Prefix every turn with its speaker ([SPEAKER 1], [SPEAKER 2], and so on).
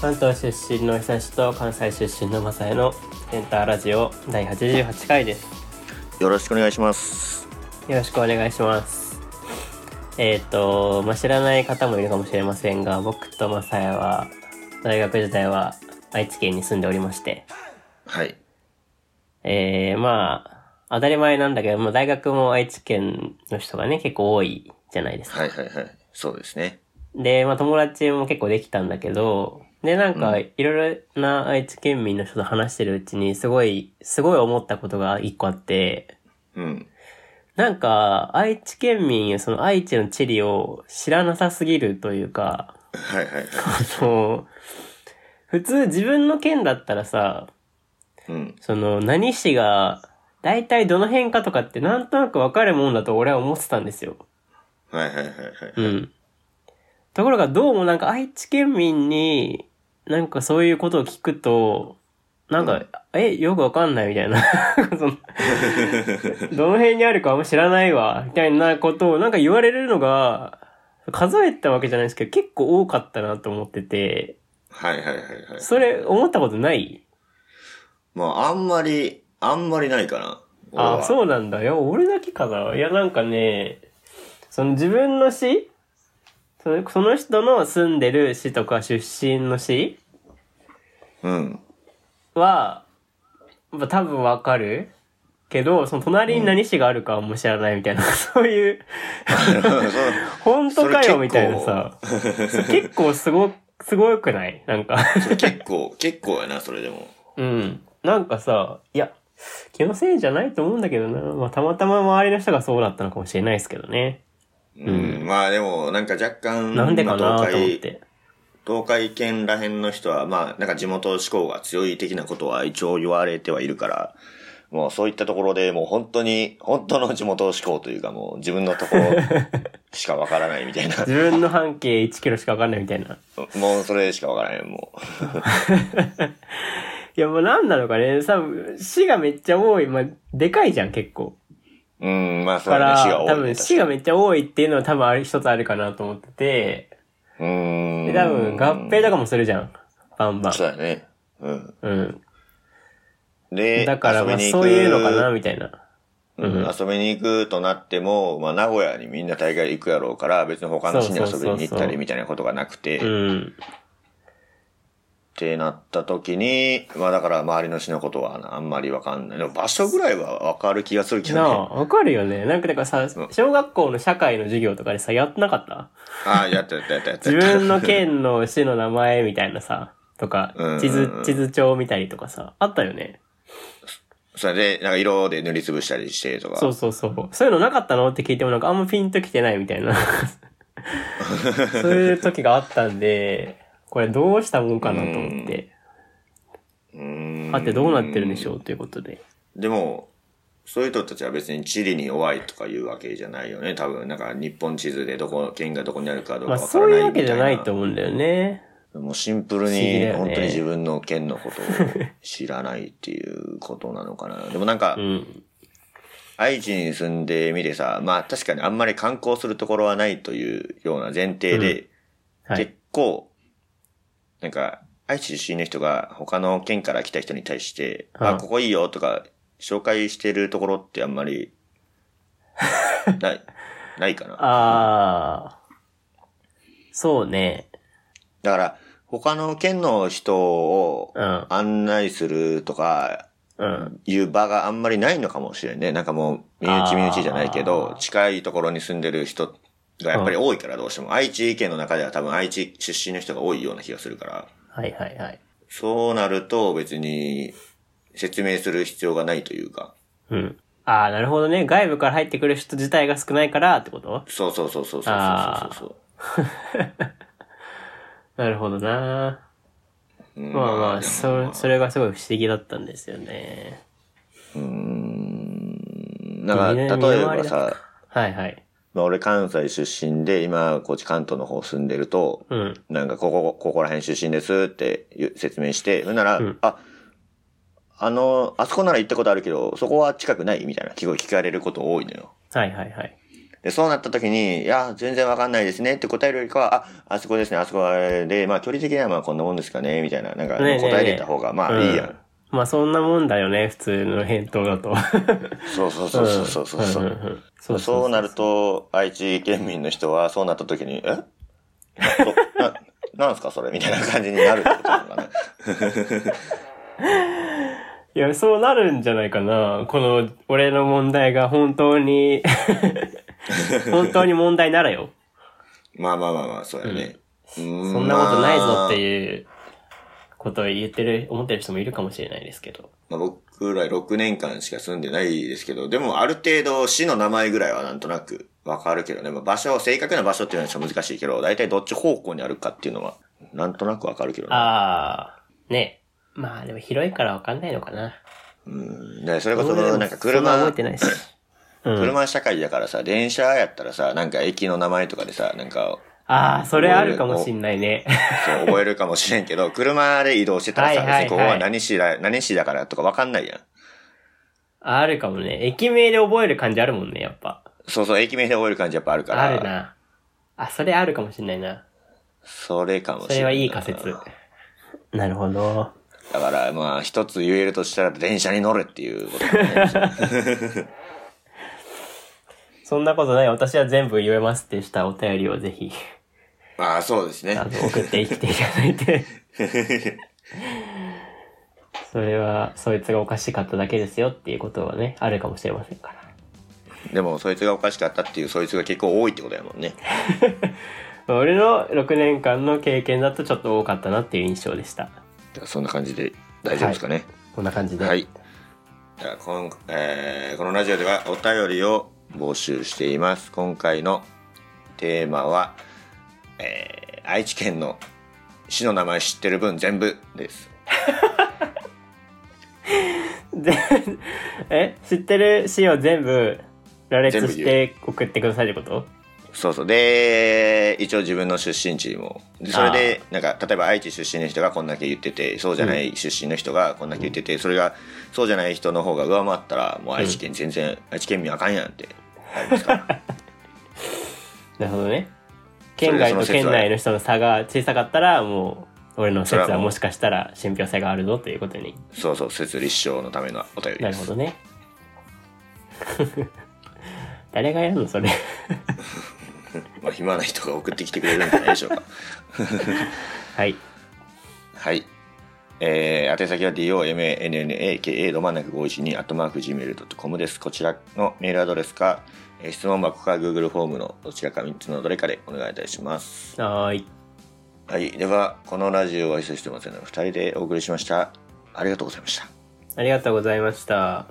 [SPEAKER 1] 関東出身の久しと関西出身の正也のセンターラジオ第88回です
[SPEAKER 2] よろしくお願いします。
[SPEAKER 1] よろしくお願いしますえっ、と、まあ、知らない方もいるかもしれませんが僕と正也は大学時代は愛知県に住んでおりまして
[SPEAKER 2] はい。
[SPEAKER 1] えー、まあ当たり前なんだけど、まあ、大学も愛知県の人がね結構多いじゃないですか
[SPEAKER 2] はいはいはい。そうですね。
[SPEAKER 1] で、まあ友達も結構できたんだけど、で、なんか、いろいろな愛知県民の人と話してるうちに、すごい、すごい思ったことが一個あって、
[SPEAKER 2] うん。
[SPEAKER 1] なんか、愛知県民、その愛知の地理を知らなさすぎるというか、
[SPEAKER 2] はいはいはい。
[SPEAKER 1] あの、普通自分の県だったらさ、
[SPEAKER 2] うん。
[SPEAKER 1] その、何市が、大体どの辺かとかってなんとなくわかるもんだと俺は思ってたんですよ。
[SPEAKER 2] はいはいはいはい。
[SPEAKER 1] うん。ところがどうもなんか愛知県民になんかそういうことを聞くと、なんか、
[SPEAKER 2] うん
[SPEAKER 1] え、よくわかんないみたいな。 そ のどの辺にあるかあんま知らないわ、みたいなことをなんか言われるのが、数えたわけじゃないですけど、結構多かったなと思ってて、
[SPEAKER 2] はいはいはいはい。
[SPEAKER 1] それ思ったことない
[SPEAKER 2] まあ、あんまり、あんまりないかな。
[SPEAKER 1] あ、
[SPEAKER 2] う。
[SPEAKER 1] そうなんだ。いや、俺だけかな。いや、なんかね、その自分の市そのその人の住んでる市とか出身の市
[SPEAKER 2] うん。
[SPEAKER 1] は、まあ、多分わかるけど、その隣に何市があるかはもう知らないみたいな、 そういう、本当か
[SPEAKER 2] それ結
[SPEAKER 1] よ
[SPEAKER 2] 構
[SPEAKER 1] みたいなさ、それ結構すご、すごくないなん か、
[SPEAKER 2] それ結構、結構やな、それでも。
[SPEAKER 1] うん。なんかさ、いや、気のせいじゃないと思うんだけどな。まあ、たまたま周りの人がそうだったのかもしれないですけどね。
[SPEAKER 2] うん。
[SPEAKER 1] う
[SPEAKER 2] まあでも、なんか若干、
[SPEAKER 1] なんでかな
[SPEAKER 2] まあ
[SPEAKER 1] と思っ。て。
[SPEAKER 2] 東海圏ら辺の人は、まあ、なんか地元志向が強い的なことは一応言われてはいるから、もうそういったところでもう本当に、 本当の地元志向というかもう自分のと ころしかわからないみたいな。
[SPEAKER 1] 自分の半径1キロしかわかんないみたいな。
[SPEAKER 2] もうそれしかわからない、もう。
[SPEAKER 1] いや、もうなんなのかね。さ、市がめっちゃ多い。まあ、でかいじゃん、結構。
[SPEAKER 2] うん、まあそ
[SPEAKER 1] か
[SPEAKER 2] れはね、死が
[SPEAKER 1] ら、
[SPEAKER 2] 多いね。
[SPEAKER 1] 多分死がめっちゃ多いっていうのは多分ある一つあるかなと思ってて、
[SPEAKER 2] うー
[SPEAKER 1] で
[SPEAKER 2] ん。
[SPEAKER 1] 多分合併とかもするじゃん。バンバン。
[SPEAKER 2] そうだね。うん。
[SPEAKER 1] うん。
[SPEAKER 2] で、
[SPEAKER 1] だからまあ
[SPEAKER 2] 遊びに行
[SPEAKER 1] そ
[SPEAKER 2] く
[SPEAKER 1] ういうのかな、みたいな。
[SPEAKER 2] うん、遊びに行くとなっても、まあ、名古屋にみんな大概行くやろうから、別に他の市に遊びに行ったりみたいなことがなくて、
[SPEAKER 1] う
[SPEAKER 2] っ
[SPEAKER 1] ん。
[SPEAKER 2] てなった時に、まあ、だから周りの市のことはあんまりわかんない。でも場所ぐらいはわかる気がするけ
[SPEAKER 1] な
[SPEAKER 2] どね。
[SPEAKER 1] あ、わかるよね。なんかだからさ、小学校の社会の授業とかでさ、やってなかった
[SPEAKER 2] ああ、やったやったやったやった。
[SPEAKER 1] 自分の県の市の名前みたいなさ、とか
[SPEAKER 2] うんうんう、ん
[SPEAKER 1] 地図、地図帳見たりとかさ、あったよね。
[SPEAKER 2] それで、なんか色で塗りつぶしたりしてとか。
[SPEAKER 1] そうそうそう。そういうのなかったのって聞いてもなんかあんまピンときてないみたい な。そういう時があったんで、これどうしたもんかなと思って。
[SPEAKER 2] うーん
[SPEAKER 1] あってどうなってるんでしょうということで。
[SPEAKER 2] でも、そういう人たちは別に地理に弱いとかいうわけじゃないよね。多分、なんか日本地図でどこ、県がどこにあるかどうか
[SPEAKER 1] まあ
[SPEAKER 2] わから
[SPEAKER 1] そ
[SPEAKER 2] な
[SPEAKER 1] う
[SPEAKER 2] いみたいな。
[SPEAKER 1] いうわけじゃないと思うんだよね。
[SPEAKER 2] もうシンプル
[SPEAKER 1] 不思議だ
[SPEAKER 2] に
[SPEAKER 1] よね
[SPEAKER 2] 本当に自分の県のことを知らないっていうことなのかな。でもなんか
[SPEAKER 1] う、ん。
[SPEAKER 2] 愛知に住んでみてさ、まあ確かにあんまり観光するところはないというような前提で、
[SPEAKER 1] はい。
[SPEAKER 2] 結構、なんか、愛知出身の人が他の県から来た人に対して、
[SPEAKER 1] うん
[SPEAKER 2] あ、ここいいよとか紹介してるところってあん まり、ない、ないかな。
[SPEAKER 1] ああ。そうね。
[SPEAKER 2] だから、他の県の人を
[SPEAKER 1] うん。
[SPEAKER 2] 案内するとか、
[SPEAKER 1] うん。
[SPEAKER 2] いう場があんまりないのかもしれんね。なんかもう、身内身内じゃないけ
[SPEAKER 1] あ
[SPEAKER 2] ど
[SPEAKER 1] ー、
[SPEAKER 2] 近いところに住んでる人がやっぱり多いからどうしても。愛知県の中では多分愛知出身の人が多いような気がするから。
[SPEAKER 1] はいはいはい。
[SPEAKER 2] そうなると別に説明する必要がないというか。
[SPEAKER 1] うん。ああ、なるほどね。外部から入ってくる人自体が少ないからってこと
[SPEAKER 2] そうそうそうそうそうそうそう
[SPEAKER 1] なるほどな。
[SPEAKER 2] そう。うん
[SPEAKER 1] まあまあ、
[SPEAKER 2] でも
[SPEAKER 1] そ、それがすごい不思議だったんですよね。
[SPEAKER 2] だから、
[SPEAKER 1] 見え
[SPEAKER 2] 例
[SPEAKER 1] 見
[SPEAKER 2] え
[SPEAKER 1] え回
[SPEAKER 2] ば
[SPEAKER 1] りだ
[SPEAKER 2] さ、
[SPEAKER 1] はいはい。
[SPEAKER 2] まあ、俺関西出身で、今、こっち関東の方住んでると、
[SPEAKER 1] うん。
[SPEAKER 2] なんか、ここ、ここら辺出身ですっていう説明して、ほんなら、
[SPEAKER 1] うん
[SPEAKER 2] あ、あの、あそこなら行ったことあるけど、そこは近くないみたいな、結構聞かれること多いのよ。
[SPEAKER 1] はいはいはい。
[SPEAKER 2] で、そうなった時に、いや、全然わかんないですねって答えるよりかは、あ、あそこですね、あそこあれで、まあ距離的にはまあこんなもんですかね、みたいな、なんか
[SPEAKER 1] ね
[SPEAKER 2] 答
[SPEAKER 1] えねえ
[SPEAKER 2] えれた方が、まあいいやん。
[SPEAKER 1] まあそんなもんだよね、普通の返答だと。
[SPEAKER 2] そうそうそうそうそうそう。
[SPEAKER 1] んんんそ
[SPEAKER 2] そうなると、愛知県民の人は、そうなった時に、えどな、なんすかそれみたいな感じになるってことなのかな。
[SPEAKER 1] いや、そうなるんじゃないかな。この、俺の問題が本当 に、本当に問題ならよ。
[SPEAKER 2] まあまあまあまあ、そうやね。そ
[SPEAKER 1] そん
[SPEAKER 2] ん
[SPEAKER 1] なことないぞって
[SPEAKER 2] う
[SPEAKER 1] いうことを言ってる、思ってる人もいるかもしれないですけど。
[SPEAKER 2] まあ。まあ僕ら6年間しか住んでないですけど、でもある程度市の名前ぐらいはなんとなくわかるけどね、まあ、場所、正確な場所っていうのはちょっと難しいけど、大体どっち方向にあるかっていうのは、なんとなくわかるけどね、
[SPEAKER 1] あー、ね。まあでも広いからわかんないのかな。
[SPEAKER 2] うん。で、それこそ、
[SPEAKER 1] 俺でも
[SPEAKER 2] なんか
[SPEAKER 1] そんな覚え
[SPEAKER 2] 車、
[SPEAKER 1] てないし。うん、
[SPEAKER 2] 車社会だからさ、電車やったらさ、なんか駅の名前とかでさ、なんか
[SPEAKER 1] あー、それあるかもしんないね。
[SPEAKER 2] そう覚えるかもしれんけど、車で移動してたら
[SPEAKER 1] は
[SPEAKER 2] さ、
[SPEAKER 1] いはいはい
[SPEAKER 2] 別にここは何市だ、何市だからとかわかんないやん。
[SPEAKER 1] あるかもね。駅名で覚える感じあるもんね、やっぱ。
[SPEAKER 2] そうそう、駅名で覚える感じやっぱあるから。
[SPEAKER 1] あるな。あ、それあるかもしんないな。
[SPEAKER 2] それかもし
[SPEAKER 1] そ
[SPEAKER 2] れん
[SPEAKER 1] れ
[SPEAKER 2] な
[SPEAKER 1] はいい仮説。なるほど。
[SPEAKER 2] だから、まあ、一つ言えるとしたら、電車に乗れっていうことだね、
[SPEAKER 1] そんなことない。私は全部言えますってしたお便りをぜひ、
[SPEAKER 2] まあ、そうですね
[SPEAKER 1] あ。の、送ってきていただいて。それは、そいつがおかしかっただけですよっていうことはね、あるかもしれませんから。
[SPEAKER 2] でも、そいつがおかしかったっていう、そいつが結構多いってことやもんね。
[SPEAKER 1] まあ俺の6年間の経験だとちょっと多かったなっていう印象でした。
[SPEAKER 2] じゃあそんな感じで大丈夫ですかね。
[SPEAKER 1] こんな感じで。
[SPEAKER 2] はい。じゃあこん、えーこのラジオではお便りを募集しています。今回のテーマは、えー愛知県の市の名前知ってる分全部です。
[SPEAKER 1] で え、知ってる詩を全部羅列し
[SPEAKER 2] 全部
[SPEAKER 1] て送ってくださいってこと
[SPEAKER 2] そうそう。で、一応自分の出身地も。でそれで、なんか、例えば愛知出身の人がこんだけ言ってて、そうじゃない出身の人がこんだけ言ってて、それが、そうじゃない人の方が上回ったら、もう愛知県全然、愛知県民あかんやんってなりますから。
[SPEAKER 1] なるほどね。
[SPEAKER 2] それ
[SPEAKER 1] 県
[SPEAKER 2] が
[SPEAKER 1] 外と
[SPEAKER 2] その説は
[SPEAKER 1] 県内の人の差が小さかったら、もう、俺の説はもしかしたら信憑性があるぞということに
[SPEAKER 2] そうそう、設立証のためのお便り
[SPEAKER 1] な
[SPEAKER 2] で
[SPEAKER 1] る
[SPEAKER 2] す
[SPEAKER 1] ほ。どね。 誰がやるのそれ。
[SPEAKER 2] まあ、暇な人が送ってきてくれるんじゃないでしょうか。
[SPEAKER 1] はい。
[SPEAKER 2] はい。えー、宛先は domannaka ど真ん中512アットマーク gmail.com です。こちらのメールアドレスか、えー質問箱か Google フォームのどちらか3つのどれかでお願いいたします。
[SPEAKER 1] はーい。
[SPEAKER 2] はい。では、このラジオは一緒してませんので、2人でお送りしました。ありがとうございました。
[SPEAKER 1] ありがとうございました。